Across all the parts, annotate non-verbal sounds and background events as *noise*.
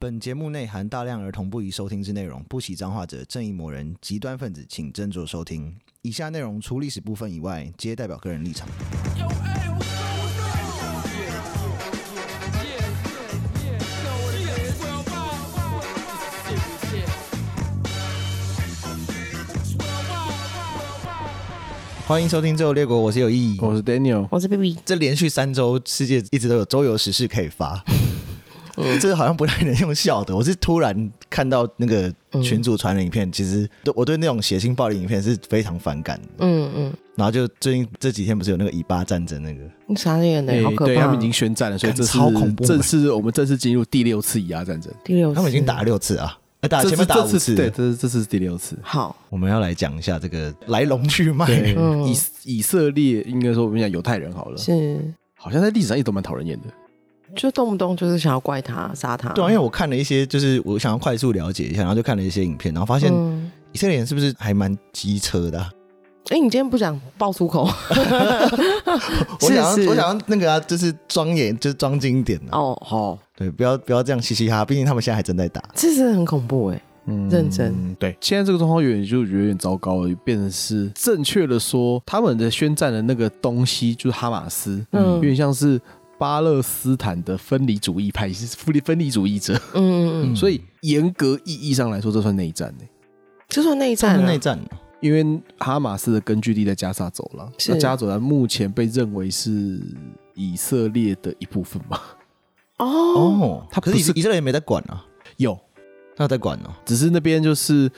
本节目内含大量儿童不宜收听之内容，不喜脏话者、正义魔人、极端分子，请斟酌收听。以下内容除历史部分以外，皆代表个人立场。欢迎收听《最后列国》，我是有意义。我是 Daniel，我是 BB，这连续三周，世界一直都有周游时事可以 *laughs* 发。嗯这个好像不太能用笑的，我是突然看到那个群主传的影片，其实对我对那种血腥暴力影片是非常反感的。嗯嗯，然后就最近这几天不是有那个以巴战争那个，你傻眼的，哎好可怕！对他们已经宣战了，所以干这是超恐怖正式我们正式进入第六次以牙战争，第六次，他们已经打了六次啊，呃打这前次面打了这五次次。对，这是这次是第六次。好，我们要来讲一下这个来龙去脉。对，嗯以以色列应该说我们讲犹太人好了，是好像在历史上一直都蛮讨人厌的。就动不动就是想要怪他、杀他，对啊，因为我看了一些，就是我想要快速了解一下，然后就看了一些影片，然后发现嗯，以色列人是不是还蛮机车的啊、哎、你今天不想爆粗口？我是想要，是我想要那个啊，就是庄严，就是装经典啊。哦，好，对，不要不要这样嘻嘻哈哈，毕竟他们现在还正在打。这是很恐怖哎、嗯认真对，现在这个状况有点就有点糟糕了，变成是正确的说，他们的宣战的那个东西就是哈马斯，嗯有点像是巴勒斯坦的分离主义派，是分离分离主义者，嗯嗯嗯，所以严格意义上来说，这算内战呢、欸这算内这战是啊内战，因为哈马斯的根据地在加沙走廊，是那加沙走廊目前被认为是以色列的一部分嘛？哦，哦，他可是不是以以色列也没在管啊， *laughs* 有，他有在管哦、只是那边就是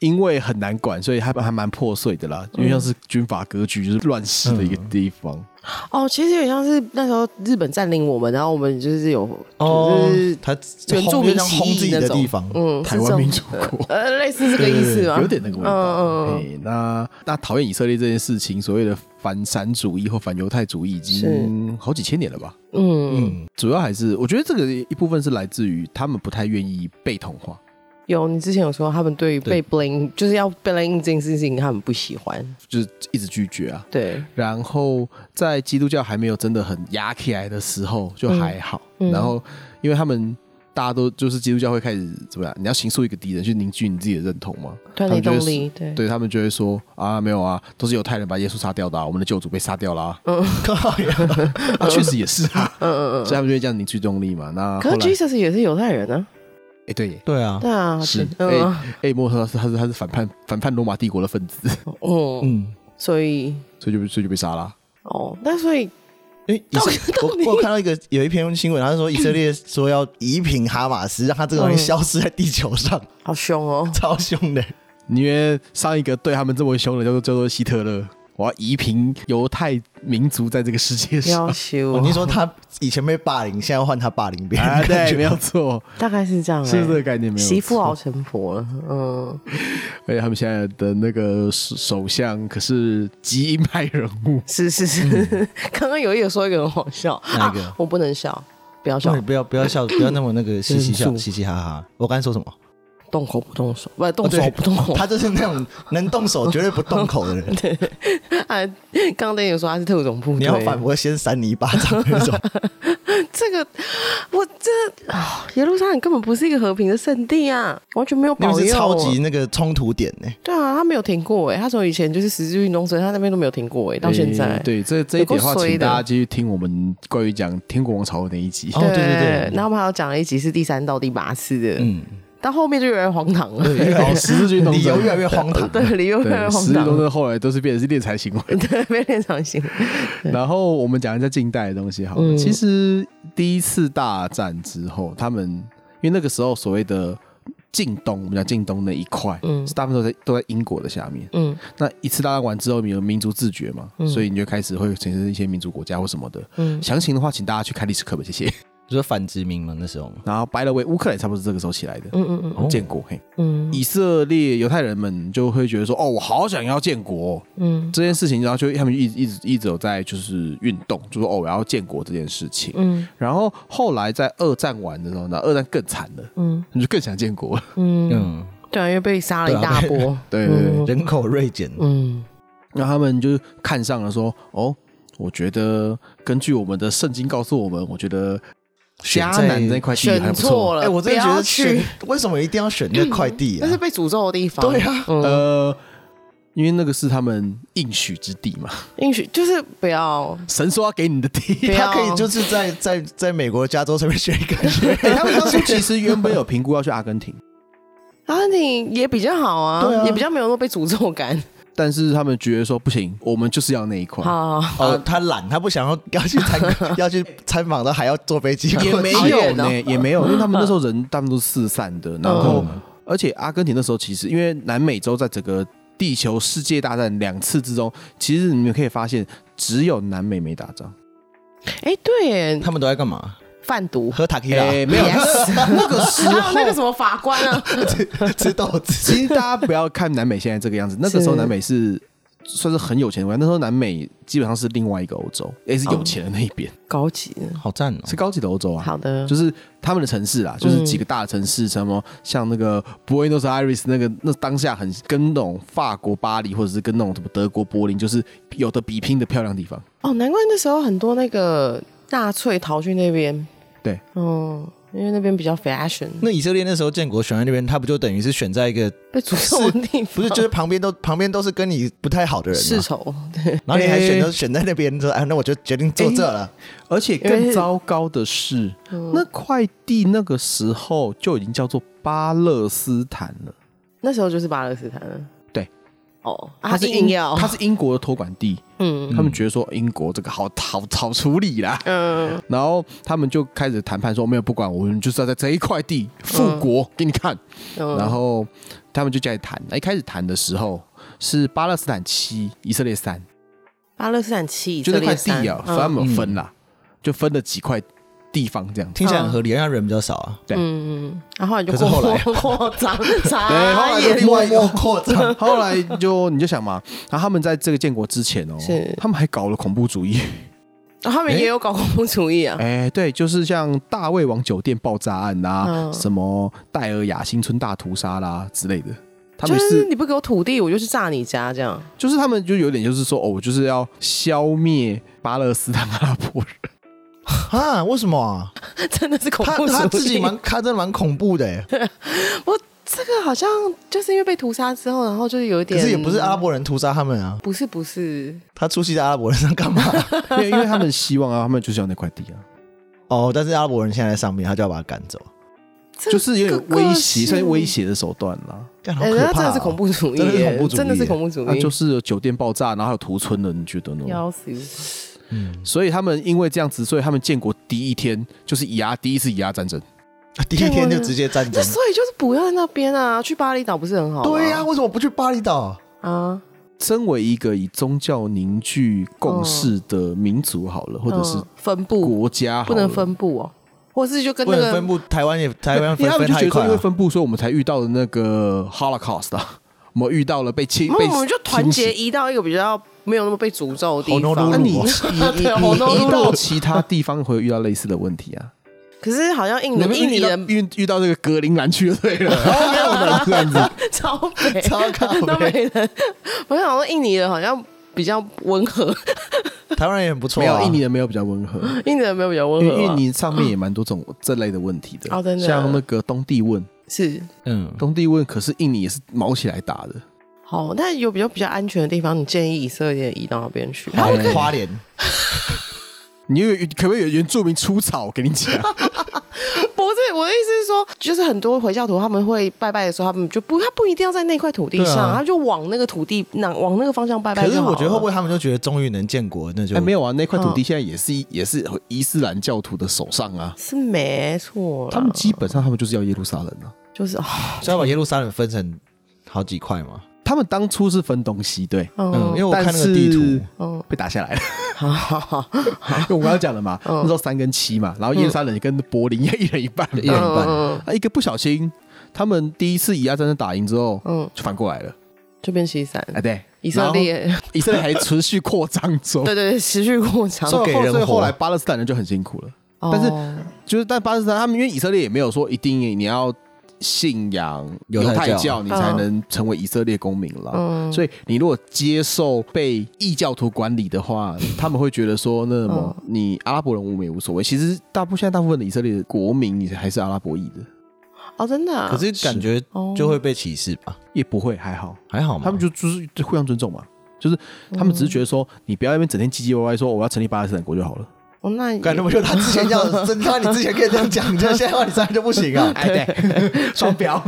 因为很难管，所以还还蛮破碎的嗯啦，因为像是军阀割据，就是乱世的一个地方。哦，其实有点像是那时候日本占领我们，然后我们就是有，哦就是他原住民轰起轰自己义那的种地方，嗯，台是这湾种民主国。呃，类似这 *laughs* 个意思吗？有点那个味道。嗯嗯嗯嘿那那讨厌以色列这件事情，所谓的反闪主义或反犹太主义，已经好几千年了吧？嗯，嗯，主要还是我觉得这个一部分是来自于他们不太愿意被同化。有你之前有说他们对于对被 blame 就是要 blame 这件事情，他们不喜欢，就是一直拒绝啊。对，然后在基督教还没有真的很压起来的时候，就还好。嗯嗯然后因为他们大家都就是基督教会开始怎么样？你要形塑一个敌人，去凝聚你自己的认同嘛。团他们体就动会力，对，对他们就会说啊，没有啊，都是犹太人把耶稣杀掉的、啊，我们的救主被杀掉了、 *laughs* 啊。靠呀，啊，确实也是啊，嗯嗯嗯。所以他们就会这样凝聚动力嘛。那可后是来， Jesus 也是犹太人啊，哎，对耶， *laughs* 对啊， *laughs* 对啊，是嗯哎哎，莫特他是他是他是反叛反叛罗马帝国的分子， *laughs* 嗯，嗯，所以所以就被所以就被杀了。啊哦，那所以因为以色我到底我有看到一个有一篇新闻，他是说以色列说要移平哈马斯，让他这个东西嗯消失在地球上，好凶哦，超凶的。因为上一个对他们这么凶的叫做叫做希特勒，我要夷平犹太民族在这个世界上要。修啊哦，你是说他以前被霸凌，现在换他霸凌别人 *laughs* 啊，的感 *laughs* 对，觉， *laughs* 没有 *laughs* 错，大概是这样，是不是这哎个概念没有错。媳妇熬成婆了，嗯，而且他们现在的那个首首相可是极鹰派人物，是是是， *laughs* 刚刚有一个说一个很好笑，哪一个啊我不能笑，不要笑对，，不要不要笑，不要那么那个嘻嘻笑忍住嘻嘻哈哈。我刚才说什么？动口不动手，不哦动手对不动口。 *laughs* 他就是那种能动手绝对不动口的人。啊，刚刚有说他是特种部队，你要反驳，先扇你一巴 *laughs* 掌那种。这个，我这啊耶路撒冷根本不是一个和平的圣地啊，完全没有那保个佑，是超级那个冲突点呢、对啊，他没有停过哎，他从以前就是十字运动生，他那边都没有停过哎，到现在。诶对这这一点的话，有够衰请的大家继续听我们关于讲天国王朝的那一集哦。对对对然后我们还有讲了一集是第三到第八次的，嗯，到后面就越来越荒唐 *laughs* 了。对，越哦，十字军东征理由越来越荒 *laughs* 唐。对，理由越 *laughs* 来越对，十荒字军东唐，征后来都是变成是敛财行为。对，被练长型。然后我们讲一下近代的东西好了。嗯其实第一次大战之后，他们因为那个时候所谓的近东，我们讲近东那一块，嗯是大部分都在都在英国的下面。嗯那一次大战完之后，有民族自觉嘛，嗯所以你就开始会产生一些民族国家或什么的。嗯，详情的话，请大家去看历史课本，谢 *laughs* 谢。就是反殖民嘛，那时候嘛。然后白了为乌克兰差不多是这个时候起来的。嗯嗯哦建国，嘿，嗯以色列犹太人们就会觉得说，哦，我好想要建国哦、嗯这件事情，然后就他们一直一直一直有在就是运动，就说哦，我要建国这件事情。嗯然后后来在二战完的时候呢，二战更惨了，嗯你就更想建国了。嗯，嗯，对啊，因为被杀了一大波。对对对，人口锐减，嗯 *laughs* 那他们就看上了说，哦，我觉得根据我们的圣经告诉我们，我觉得迦南那块地还选不错错。了，哎，我真的不觉要得选去，嗯为什么一定要选那块地那啊是？被诅咒的地方。对啊，嗯，呃，因为那个是他们应许之地 *laughs* 嘛，允许就是不要，神说要给你的不地。要他可以就是在在在美国加州上面选一个， *laughs* 哎，他们当初其实原本有评估要去阿根廷，阿根廷也比较好啊，对啊也比较没有那么被诅咒感。但是他们觉得说不行，我们就是要那一块。好，哦，他懒，他不想要要去 *laughs* 参要去参访，他还要坐飞机过去，也没好有远哦呢，也没有，因为他们那时候人大部分都四散的，然后嗯而且阿根廷那时候其实因为南美洲在整个地球世界大战两次之中，其实你们可以发现只有南美没打仗。哎，对耶，他们都在干嘛？哎贩毒。喝塔 q 拉，没有那个时还有那候个。什么法官啊， *laughs* 吃豆子。其实大家不要看南美现在这个样子，那个时候南美是算是很有钱的国家，那时候南美基本上是另外一个欧洲，也是有钱的那一边，高级。好赞哦！是高级的欧洲啊。好的，就是他们的城市啦，就是几个大的城市，什么像那个 Buenos Aires 那个，那当下很跟那种法国巴黎或者是跟那种什么德国柏林，就是有的比拼的漂亮地方。哦，难怪那时候很多那个纳粹逃去那边。对，嗯，因为那边比较 fashion，那以色列那时候建国选在那边，他不就等于是选在一个被诅咒的地方不是就是旁边都旁边都是跟你不太好的人世嘛，仇，然后你还选择哎选在那边说，哎，那我就决定坐这了。而且更糟糕的是，那块地那个时候就已经叫做巴勒斯坦了。那时候就是巴勒斯坦了。对，哦，啊它是硬要，它是英国的托管地，嗯他们觉得说英国这个好好好处理啦，嗯，然后他们就开始谈判说没有不管，我们就是要在这一块地复国给你看，嗯然后他们就开始谈。一开始谈的时候是巴勒斯坦七，以色列三，巴勒斯坦七，就那块以色列地啊，三所以他嗯们有分啦，就分了几块地方这样 *laughs* 子。听起来很合理，因为他人比较少啊。对嗯，嗯然后你就可是后来扩扩张，哎对后啥来就也另外一个，默默扩张 *laughs* 后来就你就想嘛，然后他们在这个建国之前哦是，他们还搞了恐怖主义。他们也有搞恐怖主义啊，哎，对，就是像大胃王酒店爆炸案啦、嗯什么戴尔雅新村大屠杀啦之类的，他就们是是你不给我土地，我就去炸你家这样。 *laughs* 就是他们就有点就是说，哦，我就是要消灭巴勒斯坦阿拉伯人。啊？为什么啊？真的是恐他怖主义。他自己蛮，他真的蛮恐怖的欸，我这个好像就是因为被屠杀之后，然后就是有一可点，是也不是阿拉，伯人屠杀他们啊，不是不是，他出现在阿拉伯人上干 *laughs* 嘛？没有，因为他们希望啊，他们就是要那块地啊，哦，但是阿拉伯人现在在上面，他就要把他赶走，这就是有点个个威胁，性算是威。胁的手段啦。干好哎，可怕哦！那真的是恐怖主义真的是耶，恐怖主义真的是恐怖主那义，啊就是有酒店爆炸，然后还有屠村的，你觉得呢？要死。嗯所以他们因为这样子，所以他们建国第一天就是以阿第一次以阿战争。第一天就直接战那争。 *laughs* 所以就是不要在那边啊，去巴厘岛不是很好吗？对呀、啊为什么不去巴厘岛？啊，身为一个以宗教凝聚共识的民族好了，或者是嗯分布国家好不了能，分布哦，或是就跟不那能个分布台湾也台湾 *laughs* 因分为他们哎分就太觉得说快啊因为了。分布，所以我们才遇到的那个 Holocaust 啊， *laughs* 我们遇到了被侵那被哦我嗯们就团结侵袭。移到一个比较没有那么被诅咒的地好懦方。嗯弱那你你对 *laughs* 你好多你路移到其他地方会遇到类似的问题啊？可是好像印你尼们嗯印遇尼到人遇遇到这个格陵兰去就对 *laughs* 了，然后没有人这样子， *laughs* 超北，超靠北 *laughs* 东北人。我想说印尼人好像比较温和，台湾人也很不错、没啊，有印尼人没有比较温和，印尼人没有比较温因和吧，为印尼上面也蛮多种这类的问题的哦真，的像那个东帝汶，是嗯，东帝汶可是印尼也是毛起来打的。好，但有比较比较安全的地方，你建议以色列移到那边去。花好莲花莲你有可不可以有原住民出草？我跟你 *laughs* 讲， *laughs* 不是我的意思是说，就是很多回教徒他们会拜拜的时候，他们就不他不一定要在那块土地上，对啊他就往那个土地那往那个方向拜拜可就是好了。我觉得会不会他们就觉得终于能建国，那就、哎，没有有啊，那块土地嗯现在也是一也是伊斯兰教徒的手上啊。是没错啦，他们基本上他们就是要耶路撒冷啊。就是哦，所以要把耶路撒冷分成好几块嘛。他们当初是分东西，对，嗯，因为嗯我看那但个是地图，嗯，被打下 *laughs* 来了。好好好，因为我刚刚讲了 *laughs* 嘛，哦那时候三跟七嘛，然后耶路撒冷跟柏林一人一半嘛，一人一半嗯啊，一个不小心，他们第一次以阿战争打赢之后，嗯，就反过来了。就变西散，哎，对，呃以色列，以色列还持续扩张中。 *laughs* 对对对，持续扩张，所以给后人所以后活来巴勒斯坦人就很辛苦了。哦但是就是但巴勒斯坦他们因为以色列也没有说一定你要信仰犹犹太太教教，你才嗯能成为以色列公民了。嗯所以你如果接受被异教徒管理的话，他们会觉得说，那么你阿拉伯人我们也无所谓。其实大部现在大部分的以色列国民，你还是阿拉伯裔的，哦，真的啊、可是感觉哦就会被歧视吧？也不会还好，还好吗？他们就就是哦互相尊重嘛。就是他们只是觉得说，你不要在那边整天唧唧歪歪说我要成立巴勒斯坦国就好了。哦，那也感觉我就他之前要真他，你之前可以这样讲，你这现在话你上来就不行啊！哎， *laughs* 对，双标。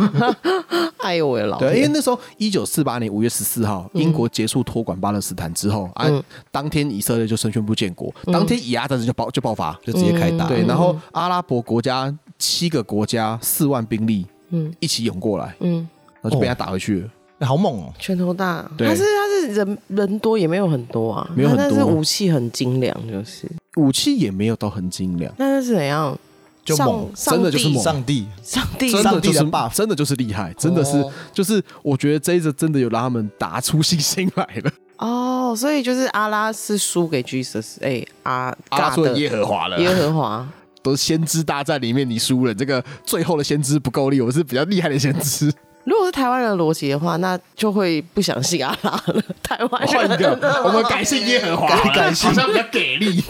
哎呦喂，老 *laughs* 对，因为天，那时候一九四八年五月十四号，英国结束托管巴勒斯坦之后，啊嗯，当天以色列就宣布建国，当天以阿战争就爆就爆发，就直接开打。对，然后阿拉伯国家七个国家四万兵力嗯一起涌过来，嗯，然后就被他打回去了。哎好猛哦！拳头大，对他是他是人人多也没有很多啊，没有很多他但是武器很精良，就是武器也没有到很精良，那是怎样？就上猛上真的就是帝猛上帝上帝真的上帝就的是 buff 真的就是厉害，真的是哦就是我觉得这一次真的有让他们打出信心来 *laughs* 了。哦，所以就是阿拉是输给 Jesus，哎、阿阿拉尬说的耶和华了，耶和华，都是先知大战里面你输了，这个最后的先知不够力，我是比较厉害的先知。如果是台湾人的逻辑的话，那就会不想信阿拉了。台湾人换一 *laughs* 个，我们改信耶和华 *laughs* 好了，改信好像比较给力。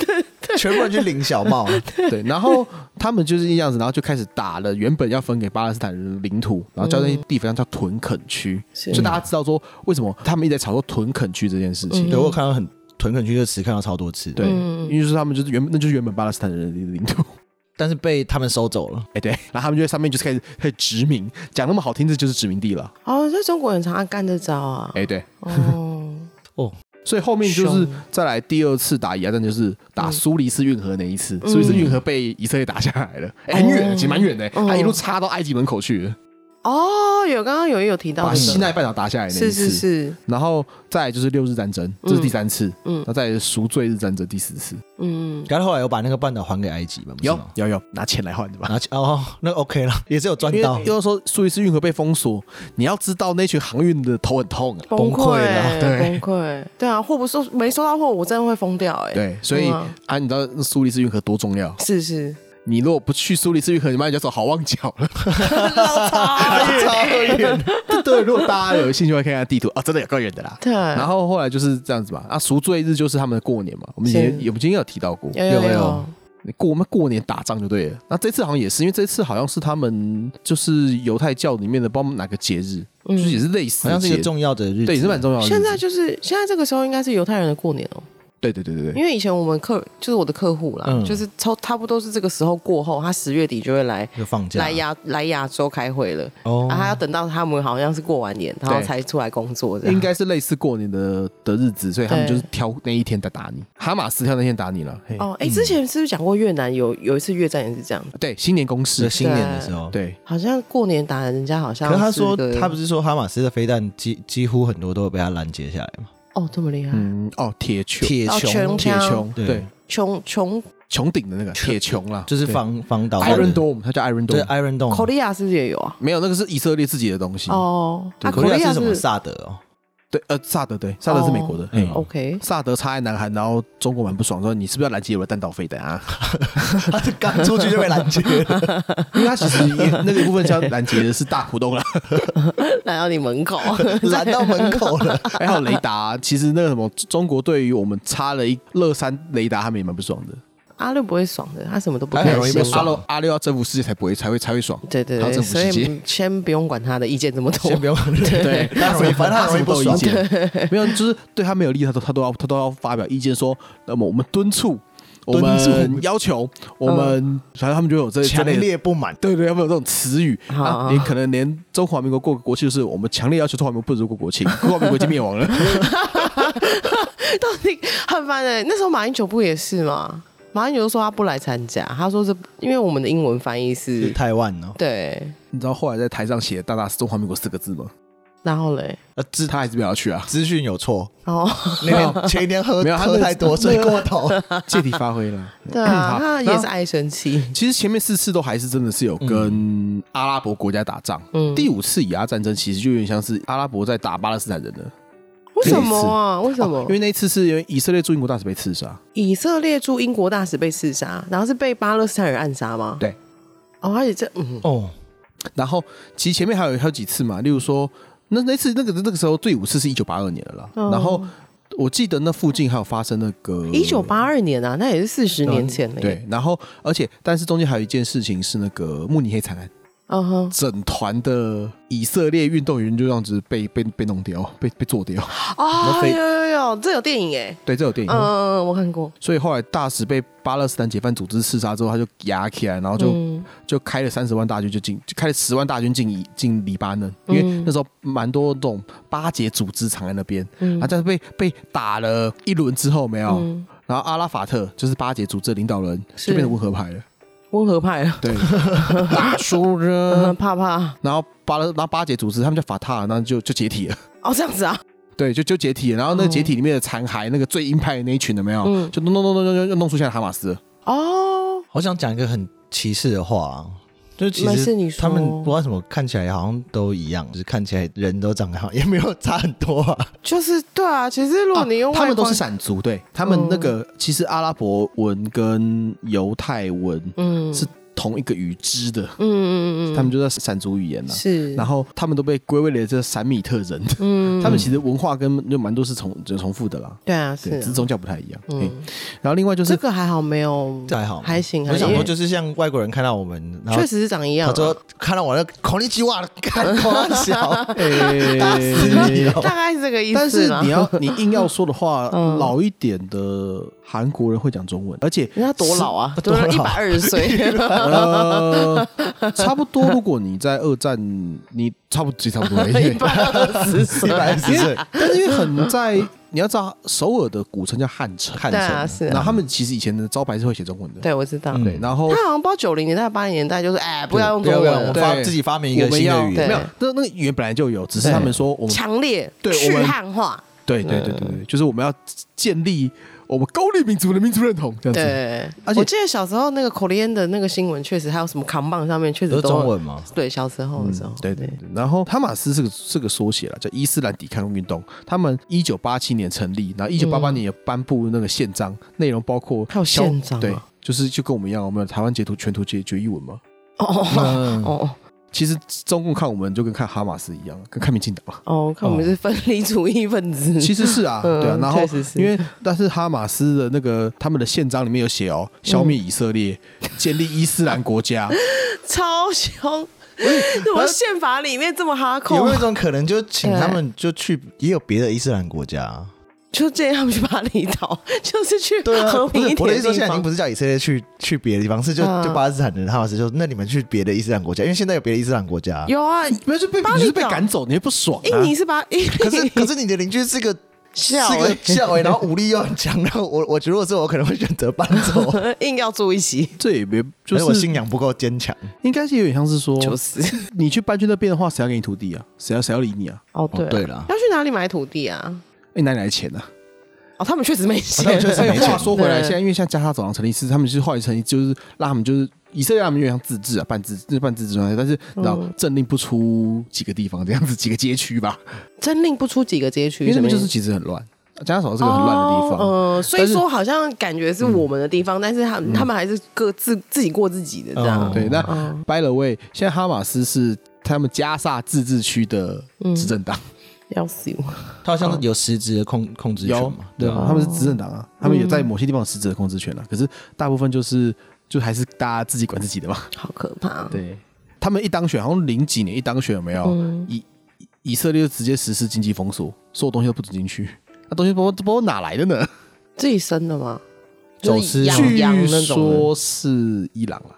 全部人去领小帽，啊 *laughs* 对，然后他们就是这样子，然后就开始打了原本要分给巴勒斯坦人的领土，然后叫那些地方叫屯垦区，是所以大家知道说为什么他们一直在吵说屯垦区这件事嗯情。对我有看到很屯垦区这个词看到超多次，对，因为就是他们就是原本那就是原本巴勒斯坦人的领土， *laughs* 但是被他们收走了。哎对，然后他们就在上面就是开始开始殖民，讲那么好听，这就是殖民地了，哦，这中国人常常干这招 *laughs* 啊。哎对，哦，所以后面就是凶再来第二次打以阿战，就是打苏黎世运河那一次，苏黎世运河被以色列打下来了，哎很远，嗯哦其实蛮远的，嗯它一路插到埃及门口去了，哦，有刚刚有有提到把这西个，奈半岛打下来那一是次，是是，然后再来就是六日战争，这是第三次，嗯嗯，那再来是赎罪日战争第四次，嗯，然后后来有把那个半岛还给埃及吧？不是有吗有有拿钱来换 *laughs* 的 *laughs* 吧？拿去哦，那 OK 了，也是有赚因到为。又说苏伊士运河被封锁，你要知道那群航运的头很痛啊，崩崩溃了对崩溃，对啊，货不收，没收到货，我真的会疯掉，哎，，对，所以嗯啊啊，你知道苏黎世运河多重要？是是， *laughs* 你如果不去苏黎世运河，你妈你就走好望角 *laughs* 了。老曹，超远， *laughs* 对，如果大家有兴趣，可以看看地图啊，真的有够远的啦。对然后后来就是这样子嘛，啊，赎罪日就是他们的过年嘛，我们以前是也我们今天有提到过，有有有有有，你过我们过年打仗就对了。那这次好像也是，因为这次好像是他们就是犹太教里面的，不知道哪个节日，嗯就是也是类似好像的节是日，一个重要的日子，对，也是蛮重要的日子。现在就是现在这个时候应该是犹太人的过年哦，对对对对对，因为以前我们客就是我的客户啦，嗯就是超差不多是这个时候过后，他十月底就会来就放假来亚来亚洲开会了，哦啊，他要等到他们好像是过完年，然后才出来工作这样。应该是类似过年的的日子，所以他们对就是挑那一天在打你，哈马斯挑那天打你了。嘿哦，哎、之前是不是讲过越南有有一次越战也是这样，对，新年公是示，新年的时候。对，好像过年打人家好像可是他说，个他不是说哈马斯的飞弹几几乎很多都被他拦截下来吗？哦这么厉害，嗯，哦，铁穹，铁哦穹穹铁穹，对对，穷穷穹顶的那个铁穹啦，就是对防防导 Iron Dome，它叫 Iron 对 Dome， Iron Dome，口利亚是不是也有啊？没有，那个是以色列自己的东西。哦，啊，口口利利亚亚是什么？是萨德哦，对，呃，萨德对，萨德是美国的，嗯。 OK，萨德插在南韩，然后中国蛮不爽，说你是不是要拦截我的弹道飞弹啊？ *laughs* 他是刚出去就被拦截 *laughs* 了。因为他其实也那个部分叫拦截的是大股东啦，来到你 *laughs* 门口，拦到门口 *laughs* 了。哎还有雷达、其实那个什么，中国对于我们插了一乐山雷达，他们也蛮不爽的。阿六不会爽的，他什么都不哎他开很心，容易被阿爽六阿六要征服世界才不会才会才会爽，对对他要对，征服所世界。以先不用管他的意见这么多先。不用， *laughs* *laughs* 对，他容易，反正他容易不爽。见，没有，就是对他没有利，他都他都要他都要发表意见说，那么我们敦促，我敦促们要求，我们反正他们就有这这强类的。烈不满，对对，他们有这种词语，好啊，你可能连中华民国过个国庆，就是我们强烈要求中华民国不准过 *laughs* 国庆，中华民国已经灭亡 *laughs* 了。 *laughs* 到底很烦哎、那时候马英九不也是吗？马英九就说他不来参加，他说是因为我们的英文翻译是是台湾哦。对，你知道后来在台上写大大中华民国四个字吗？然后嘞，呃，资，他还是不要去啊资讯有错，*laughs* 然后那天前一天喝没有他那哦喝个太多，睡过头。 *laughs* 借题发挥 *laughs* 了。对啊，嗯好他也是爱生气，其实前面四次都还是真的是有跟阿拉伯国家打仗，嗯第五次以阿战争其实就有点像是阿拉伯在打巴勒斯坦人了。为什么啊？为什么？哦因为那一次是因为以色列驻英国大使被刺杀，以色列驻英国大使被刺杀，然后是被巴勒斯坦人暗杀吗？对，哦，而且这嗯，哦，然后其实前面还有还有几次嘛，例如说那那次那个那个时候最五次是一九八二年了啦，然后我记得那附近还有发生那个哦一九八二年啊，那也是四十年前了。，嗯对，然后而且但是中间还有一件事情是那个慕尼黑惨案，嗯哼，整团的以色列运动员就这样子被被被弄掉，被被做 *laughs* 掉。哦，非有有有，这有电影哎，对，这有电影。嗯嗯嗯，我看过。所以后来大使被巴勒斯坦解放组织刺杀之后，他就压起来，然后就、嗯就开了三十万大军就进，就开了十万大军进以进黎巴嫩，因嗯为那时候蛮多这种巴解组织藏在那边，嗯啊，但是哦被被打了一轮之后没有，嗯，然后阿拉法特就是巴解组织的领导人，是就变成温和派了，温和派啊了，对，打输了嗯，，怕怕然后巴勒然后巴解组织他们叫法塔尔，那就就解体了。哦，这样子啊，对，就就解体了，然后那个解体里面的残骸，那个最鹰派的那一群有没有？嗯就弄弄弄弄弄弄弄出现哈马斯了，哦，好想讲一个很歧视的话、啊，就是其没事你实说他们不知道为什么看起来好像都一样，就是看起来人都长得好像也没有差很多啊。 *laughs* 就是对啊，其实如果你用他外们都观是闪族，对他们那个、其实阿拉伯文跟犹太文嗯是同一个语支的，嗯嗯嗯嗯，他们就在闪族语言呐、是，然后他们都被归为了这闪米特人，嗯， *laughs* 他们其实文化跟就蛮多是重就重复的啦，对啊，是对，啊只是宗教不太一样。嗯，嗯，然后另外就这是个还好没有，这还好吗还行，我还想行说，就是像外国人看到我们，然后确实是长一样他啊， *laughs* 说看到我那孔令基哇，看夸 *laughs* 小， *laughs* 打死你哦！大概是这个意思啦。哎但是你要你硬要说的话，嗯老一点的韩国人会讲中文，而且人家多老啊，多多老了一百二十岁，呃， *laughs* 差不多。如果你在二战，你差不多其实差 *laughs* 不多了，因一为百二十岁一，百二十岁，但是因为很在，你要知道首尔的古城叫汉城，汉对啊，城。是然后啊，他们其实以前的招牌是会写中文的，对我知道。嗯对，然后他。好像不知道九零年代、八零年代，就是哎，不要用不中要不要，我文，发对自己发明一我个们新要的语没言，有，那那个语言本来就有，只是他们说我们强烈对我去们汉化，对对对对对，就是我们要建立我们高丽民族的民族认同这样子。对。而且我记得小时候那个 Korean 的那个新闻，确实还有什么扛棒上面确都实是都中文嘛。对，小时候的时候，嗯对对对，然后哈马斯这个这个缩写了，叫伊斯兰抵抗运动。他们一九八七年成立，然后一九八八年也颁布那个宪章，内容包括嗯还有消宪章啊对，就是就跟我们一样，我们有台湾截图全图决决议文嘛。哦 *laughs* 哦嗯，哦其实中共看我们就跟看哈马斯一样，跟看民进党。哦，看我们是分离主义分子， *laughs* 其实是啊，嗯对啊，然后确实是因为但是哈马斯的那个他们的宪章里面有写哦，消灭以色列，建立伊斯兰国家，超凶。那我宪法里面这么哈有没有扣一，种可能，就 *laughs* 请他们就去，也有别的伊斯兰国家啊？就建议他们去巴厘岛，就是去对啊，和不平是一我的意点思说，的现在地已经方不。是叫以色列去去别的地方，是就嗯就巴勒斯坦人、哈马斯就那你们去别的伊斯兰国家，因为现在有别的伊斯兰国家啊。*laughs* 有啊，没有就被巴厘你是被岛哎赶走，你会不爽啊印？尼是巴，印可是尼可是你的邻居是个是笑个欸校委，然后武力又很强，然后我我觉得如果是我我可能会选择搬 *laughs* 走，硬要住一起，这也没可就是是我信仰不够坚强。应该是有点像是说，就是 *laughs* 你去搬去那边的话，谁要给你土地啊？谁要谁要理你啊？哦，对啊对啦要去哪里买土地啊？哎，哪里来钱啊？哦，他们确实没他们钱确，实没哎钱话说回来，对现在因为像加沙走廊成立是他们是后来成立，就是让他们就是以色列他们有点像自治啊，半自治半自治状态，但是你知道政令不出几个地方这样子，几个街区吧， *laughs* 真令不出几个街区，因为那边什就么是意思其实很乱，加沙走廊是个很乱的地方。哦呃，所以但是说好像感觉是我们的地方，但是他他们还是各自自己过自己的这样嗯。对，那嗯 by the way，现在哈马斯是他们加沙自治区的嗯执政党，要死我！他好像是有实质的控控制有对啊，他们是执政党哦啊，他们也在某些地方有实质的控制权啊，可是大部分就是就还是大家自己管自己的嘛。 *laughs* 好可怕。对，他们一当选，好像零几年一当选有没有？嗯以以以色列就直接实施经济封锁，所有东西都不准进去。那东西不知道不知道哪来的呢？自己生的吗？走就私是养羊据那种的说是伊朗啦，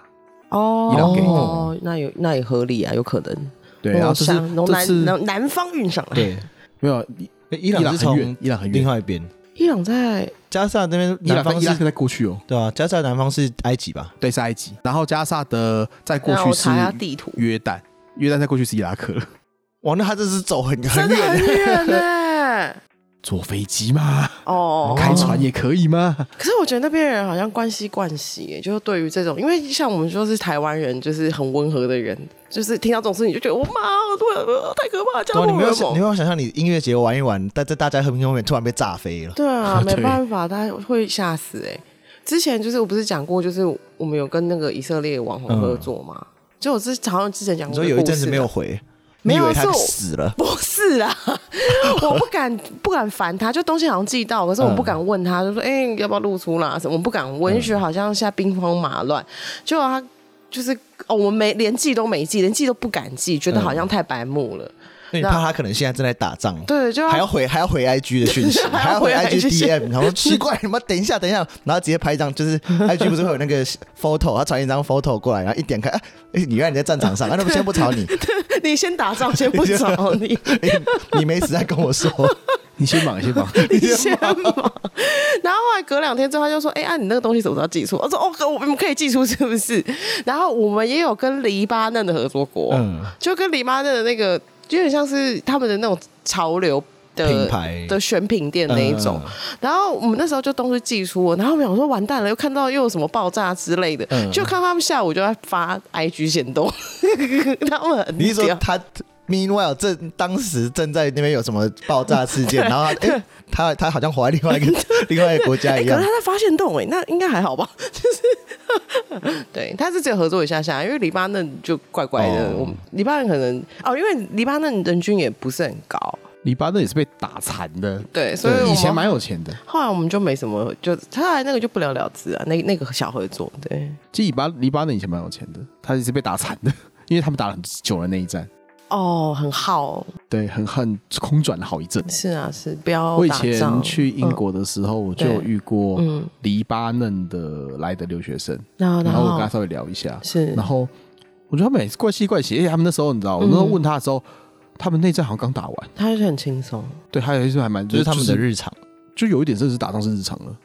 哦，伊朗给的哦，那有那也合理啊，有可能。对，然后这像是从这南是南南方运上来，对，没有伊 *laughs* 伊朗是很从远，伊朗很另远，外一边，伊朗在加沙那边伊南朗在方伊是拉克在过去哦，对啊，加沙南方是埃及吧？对，是埃及，然后加沙的在过让去我是查一下地图，约旦，约旦在过去是伊拉克了，哇，那他这是走很真很的远很 *laughs* 远呢。坐飞机嘛，哦，开船也可以嘛。可是我觉得那边人好像关系惯习耶，就是对于这种，因为像我们说是台湾人，就是很温和的人，就是听到这种事情就觉得我妈，我太可怕，这对啊，样你没有想，你猛。没有想象你音乐节玩一玩，但在大家和平公园突然被炸飞了。*laughs* 对啊，没对办法，大家会吓死哎。之前就是我不是讲过，就是我们有跟那个以色列网红合作嘛，就我之好像之前讲你过，说有一阵子 *laughs* 没有，回，没有啊你以为他是我死了，不是 *laughs* 啊，我不敢不敢烦他，就东西好像寄到，可嗯是我不敢问他，就说哎、要不要露出啦什么，我不敢问，因为觉得好像现在兵荒马乱，结果他就是哦，我们没连寄都没寄，连寄都不敢寄，嗯觉得好像太白目了。因为你那怕他可能现在正在打仗，啊对，就还要回还要回 IG 的讯息， *laughs* 还还要要回回 IG IG DM，然后奇怪，你们等一下等一下，然后直接拍一张， *laughs* 就是 IG 不是会有那个 photo，他传一张 photo 过来，然后一点开，啊哎，你原来你在战场上，啊，那我先不 *laughs* 吵你， *laughs* 你先打仗，先不 *laughs* 找你， *laughs* 哎你没死再跟我说， *laughs* 你先忙，你先忙。 *laughs* 你先忙。 *laughs* 然后后来隔两天之后，他就说：“哎、啊，你那个东西什么时候寄出？”我说：“哦，可我们可以寄出是不是？” *laughs* 然后我们也有跟黎巴嫩的合作国，嗯就跟黎巴嫩的那个有点像是他们的那种潮流。的品牌的选品店那一种，嗯然后我们那时候就东西寄出了，然后我们想说完蛋了，又看到又有什么爆炸之类的，嗯就看他们下午就在发 IG 行动， *laughs* 他们很你是说屌他 meanwhile 正当时正在那边有什么爆炸事件，然后他哎、他他好像活在另外一个另外一个国家哎、一可样是他，在发现洞哎、那应该还好吧？ *laughs* 就是，对，他是只有合作一下下，因为黎巴嫩就怪怪的，哦我们黎巴嫩可能哦，因为黎巴嫩人均也不是很高，黎巴嫩也是被打残的，对，所以我们以前蛮有钱的。后来我们就没什么，就后来那个就不了了之啊，那那个小合作，对，其实黎巴黎巴嫩以前蛮有钱的，他也是被打残的， *laughs* 因为他们打了很久的那一战，哦，很好，对，很很空转了好一阵。是啊，是不要我以打仗前去英，国的时候，我就有遇过嗯，哦嗯黎巴嫩的来的留学生，然后然然后我跟后他稍微聊一下，是然后我觉得他们也是怪西怪哎邪，而且他们那时候你知道，我那时候嗯问他的时候，他们内战好像刚打完，他就是很轻松对，还有一次还蛮就是他们的就日常。就有一点甚至打仗是日常了，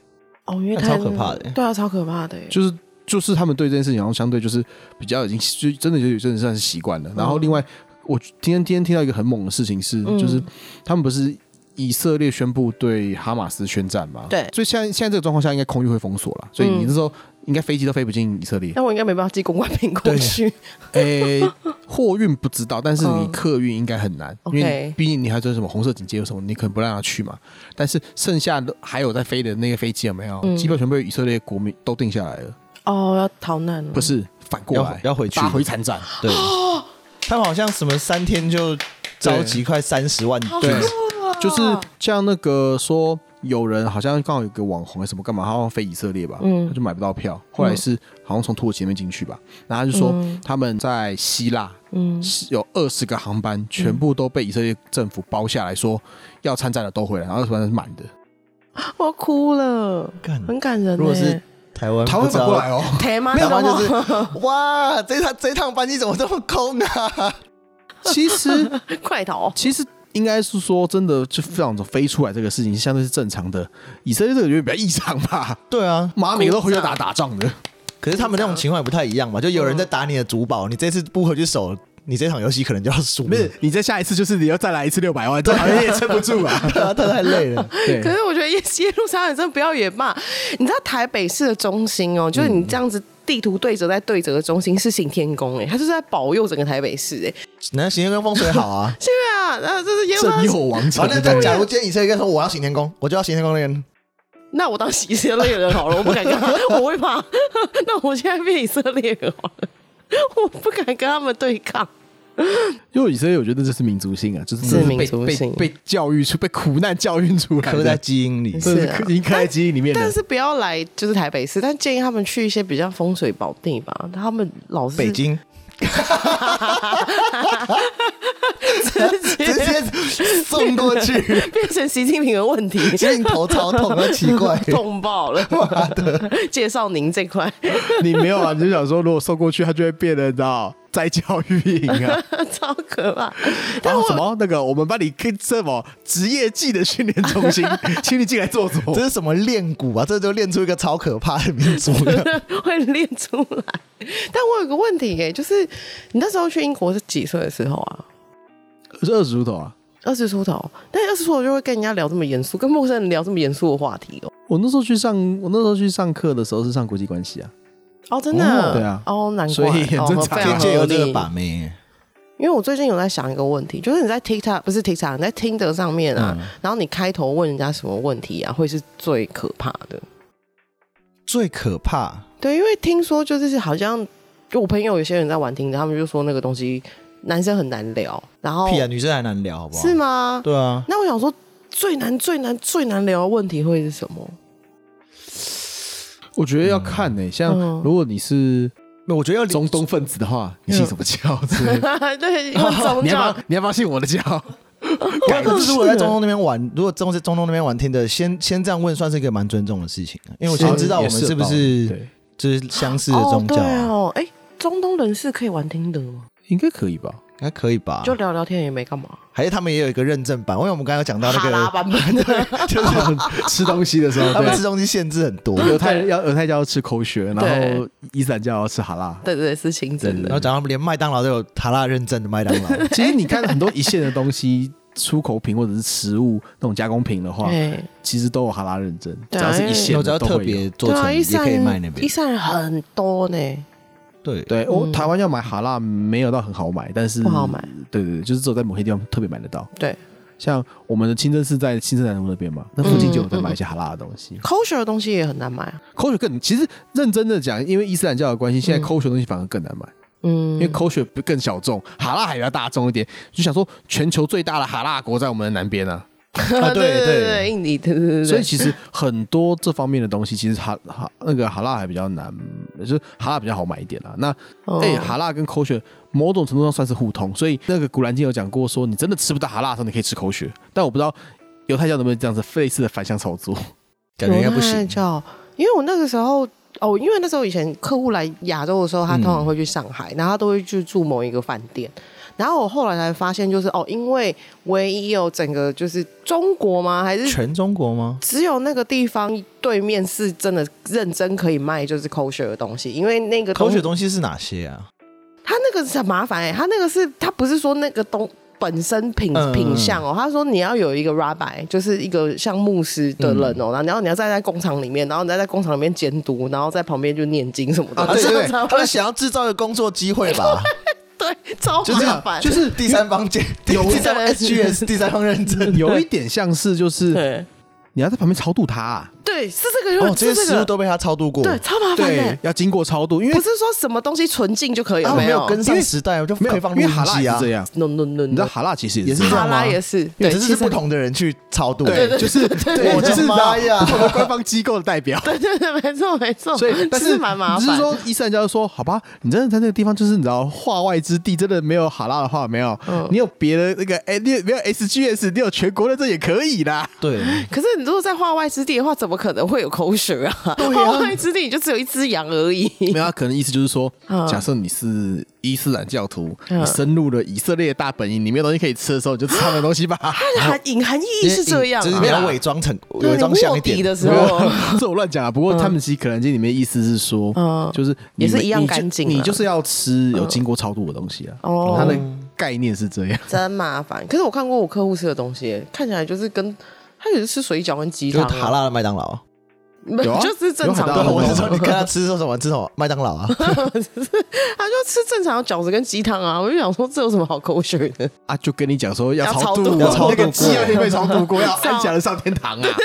哦，因为那他超可怕的对啊，超可怕的耶，欸就是。就是他们对这件事情，然后相对就是比较已经就真的有真的算是习惯了。然后另外，我今天今天听到一个很猛的事情是，嗯就是他们不是以色列宣布对哈马斯宣战嘛？对所以现在现在这个状况下，应该空域会封锁了，所以你嗯那时候应该飞机都飞不进以色列。但我应该没办法寄公关品过对去， *laughs* 诶、货运不知道，但是你嗯客运应该很难， OK 因为毕竟你还有什么红色警戒有什么，你可能不让他去嘛。但是剩下的还有在飞的那个飞机有没有？嗯机票全被以色列国民都定下来了，哦，要逃难了，不是反过要来要回去打回残战，啊对，他们好像什么三天就召集快三十万好军对人，酷啊就是像那个说有人好像刚好有个网红还是什么干嘛，他好像飞以色列吧，嗯他就买不到票，后来是好像从土耳其那边进去吧，然后他就说嗯他们在希腊。嗯，有二十个航班全部都被以色列政府包下来说要参战的都回来，然后二十班是满的，我哭了，干很感人欸。如果是台湾，台湾反过来哦， *laughs* 台吗？台湾那就种是 *laughs* 哇，这趟这趟班机怎么这么空啊？其实 *laughs* 快逃，其实应该是说真的，就这样子飞出来这个事情相对是正常的，以色列这个有点比较异常吧，对啊，妈每个都回去打打仗的，可是他们那种情况也不太一样嘛，就有人在打你的主保，你这次不回去守，你这场游戏可能就要输了。，不是你再下一次就是你要再来一次六百万，这好 *laughs* 像也撑不住啊 *laughs* *laughs* 对啊，他太累了。对可是我觉得夜夜路杀人真的不要也罢。你知道台北市的中心哦，就是你这样子地图对折在对折的中心是行天宫哎，它就是在保佑整个台北市哎。。*laughs* 那行天宫风水好啊是啊，然后这是夜路杀正人佑王朝好，，那假假如今天以色列跟他说我要行天宫，我就要行天宫那边。那我当以色列人好了，我不敢跟他，我会怕。 *laughs* 那我现在变以色列人好了，我不敢跟他们对抗。因为以色列我觉得这是民族性啊，就是是真的民被族被性被教育出被苦难教育出来的，刻在基因里。这是是啊刻已经刻在基因里面的但。是不要来就是台北市，但建议他们去一些比较风水宝地吧。他们老是北京直直接接送过 *laughs* 去， *laughs* 变成习近平的问题，镜头超痛，很奇怪。 *laughs* 痛爆了。 *laughs* 介绍您这块 *laughs* *laughs* 你没有啊？你就想说，如果送过去，他就会变得你知道在教育营啊， *laughs* 超可怕。 *laughs* 然后什么那个，我们把你跟什么哦职业技能训练中 *laughs* 心，请你进来做什么？这是什么练骨啊？这就练出一个超可怕的民族。 *laughs* 会练出来，但我有个问题耶、就是你那时候去英国是几岁的时候啊？是二十出头啊！二十出头，但二十出头就会跟人家聊这么严肃，跟陌生人聊这么严肃的话题哦、我那时候去上，我那时候去上课的时候是上国际关系啊，哦，真的啊，哦对啊哦，难怪，所以很哦正常非常借合由理这个把妹，因为我最近有在想一个问题，就是你在 TikTok 不是 TikTok，你在 Tinder 上面啊，然后你开头问人家什么问题啊，会是最可怕的。最可怕对，因为听说就是好像就我朋友有些人在玩听的，他们就说那个东西男生很难聊，然后屁啊，女生还难聊，好不好？哦是？吗？对啊，那我想说，最难、最难、最难聊的问题会是什么？我觉得要看呢、欸像嗯如果你是那我觉得要中东分子的话，你信什么教之 *laughs* 类的？ *laughs* 对，因为 *laughs* 宗你要教不要你要不要信我的教？改可是如果是在中东那边玩，如果中在中东那边玩听的，先先这样问，算是一个蛮尊重的事情啊，因为我先知道我们是不也有道是理对，就是相似的宗教哦，对啊，哦，哎，中东人士可以玩听的吗？应该可 *laughs* 以吧？应该可以吧？就聊聊天也没干嘛，还是他们也有一个认证版，因为我们刚刚有讲到那哈拉个，版本的， *laughs* 就是吃东西的时 *laughs* 候，他们吃对，东西限制很多，犹太人要犹太教要吃口血，然后对伊斯兰教要吃哈拉。对对，是清真然的。后讲到连麦当劳都有塔拉认证的麦当劳，其实你看很多一线的东西，出口品或者是食物那种加工品的话，哎，其实都有哈拉认证，只对啊要是一我线只要的都特会有。别做对啊，成伊也斯兰可以卖那伊边，斯兰人很多呢，对，对，我、嗯台湾要买哈拉没有到很好买，但是不好买。对对对，就是只有在某些地方特别买得到。对，像我们的清真寺在新生南路那边嘛，那附近就有在嗯嗯买一些哈拉的东西。科学的东西也很难买啊。口血更，其实认真的讲，因为伊斯兰教的关系，现在嗯口血东西反而更难买，嗯，因为口血更小众，哈拉还比较大众一点。就想说，全球最大的哈拉国在我们的南边 *laughs* 啊，啊对对对对，印尼，对对对对，所以其实很多这方面的东西，其实哈哈那个哈拉还比较难，就是哈拉比较好买一点啦。那哦哎、哈拉跟口血某种程度上算是互通，所以那个古兰经有讲过说，你真的吃不到哈拉的时候，你可以吃口血。但我不知道犹太教能不能这样子类似的反向操作。感觉应该不犹太行，教，因为我那个时候。哦，因为那时候以前客户来亚洲的时候，他通常会去上海，嗯然后他都会去住某一个饭店。然后我后来才发现，就是哦，因为唯一有整个就是中国吗？还是全中国吗？只有那个地方对面是真的认真可以卖就是 kosher 的东西？因为那个口东水东西是哪些啊？他那个是很麻烦哎、他那个是他不是说那个东本身品嗯品相哦，他说你要有一个 rabbi，就是一个像牧师的人嗯哦，然后你要站在工厂里面，然后你再在工厂里面监督，然后在旁边就念经什么的，啊，对这对对，样才他会们想要制造一个工作机会吧， *laughs* 对超就麻是烦，就是第三方鉴，第有第三方对 SGS 第三方认证， *laughs* 有一点像是就是对你要在旁边超度它、啊，对是这个，哦，这是些这食物个，都被他超度过，对超麻烦的、欸 *laughs* 对，要经过超度，因为不是说什么东西纯净就可以了，他啊们没有跟因上为时代，我就没可有以放因录为音哈拉机也是啊这，样， no no no，你知道哈拉其实也也是是这这样样哈吗拉也是因对，为只是其实不同的人去超度，对，就是对，我我的就是妈呀我们官方机构的代 *laughs* 表。 *laughs* 对对对，没错没错，所以，但其是实蛮麻只是烦，说，伊斯兰教说，好吧，你真的在那个地方，就是你知道，化外之地，真的没有哈拉的话，没有，嗯你有别的那个，哎、你有没有 SGS，你有全国的这也可以啦。对，可是你如果在画外之地的话，怎么可能会有口水啊？画外之地你就只有一只羊 *laughs* 而已。 *laughs* 没有，他啊可能意思就是说，嗯假设你是伊斯兰教徒，嗯你深入了以色列大本营，你没有东西可以吃的时候，你就吃他们的东西吧。 *laughs* 含隐含意义是这样、啊，就是你要伪装成伪装像卧一底点的 *laughs* 时候， *laughs* 这我乱讲啊，不过他们其实《可兰经》里面意思是说，嗯就是你们也是一样你就干净啊你就是要吃有经过超度的东西啊。哦它的概念是这样，真麻烦。可是我看过我客户吃的东西，看起来就是跟他也是吃水饺跟鸡就是汤、塔啊，拉的麦当劳。没有啊就是正常有对，很大的，的我麦是当劳说你 *laughs* 看他吃说什么吃什么麦当劳啊，他就吃正常的饺子跟鸡汤啊。我就想说，这有什么好口水的？啊，就跟你讲说要要超超度度啊，要超那度个鸡要先被超度过，要超安详的上天堂啊。 *laughs* 对对，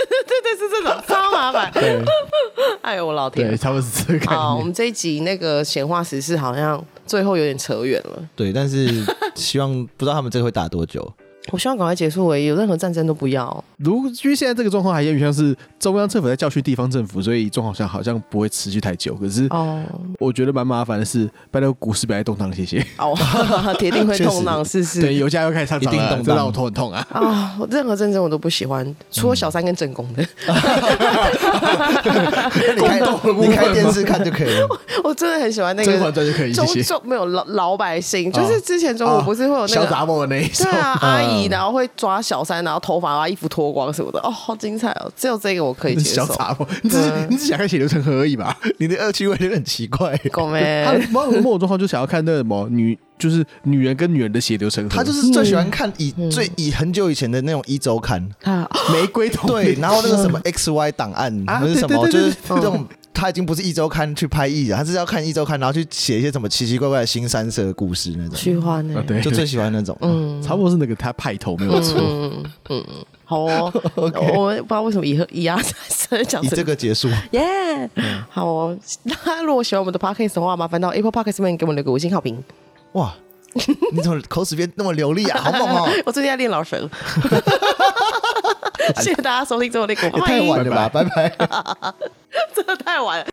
是这种超麻烦。对 *laughs* 哎呦，我老天对，！差不多是这个概好，我念。们这一集那个闲话时事好像最后有点扯远了。对，但是希望不知道他们这个会打多 *laughs* 久。我希望赶快结束而已，有任何战争都不要。如因为现在这个状况还有点像是中央政府在教训地方政府，所以状况好像好像不会持续太久。可是哦我觉得蛮麻烦的是，拜托股市不要再动荡，谢谢。 *laughs* 哦，铁定会确实动荡，是 *laughs* 对，是。油价又开始上涨一定动荡了，这让我头很痛啊。啊、任何战争我都不喜欢，除了小三跟正宫的， *laughs* 那你开你开 *laughs* 电视看就可以了。 *laughs* 我真的很喜欢那《个甄嬛传》就可以，谢中谢。中没有老老百姓，就哦是之前中国不是会有那小个、杂毛的那一首对，啊，嗯阿姨，然后会抓小三，然后头发啊把衣服脱光什么的，哦，好精彩哦！只有这个我可以接小受。杂毛，你只是对你只想看血流成河而已吧？你的恶趣味有点奇 *laughs* 怪。狗 *laughs* 他妹，某种某种状况就想要看那个什么女，就是女人跟女人的血流成河，他就是最喜欢看以嗯最以很久以前的那种一周刊，他玫瑰同对，恋然后那个什么 X Y 档案，啊不是什么，对就对对哦是对这种他已经不是一周刊去拍艺人，他是要看一周刊，然后去写一些什么奇奇怪怪的新三色的故事那种，虚幻欸呢啊，？ *laughs* 对，就最喜欢那种。嗯，差不多是那个他派头没有错。嗯好哦，我我不知道为什么以后以啊在 *laughs* 讲以这这个。个结束，耶、嗯好哦！大家如果喜欢我们的 podcast 的话，麻烦到 Apple Podcast 上面给我们留个五星好评。哇，你怎么口齿变那么流利啊？好猛哦！ *laughs* 我最近在练 *laughs* 老舌， *laughs* 谢谢大家收听这么累，嗯也太晚了吧，拜拜。 *laughs* 真的太晚了。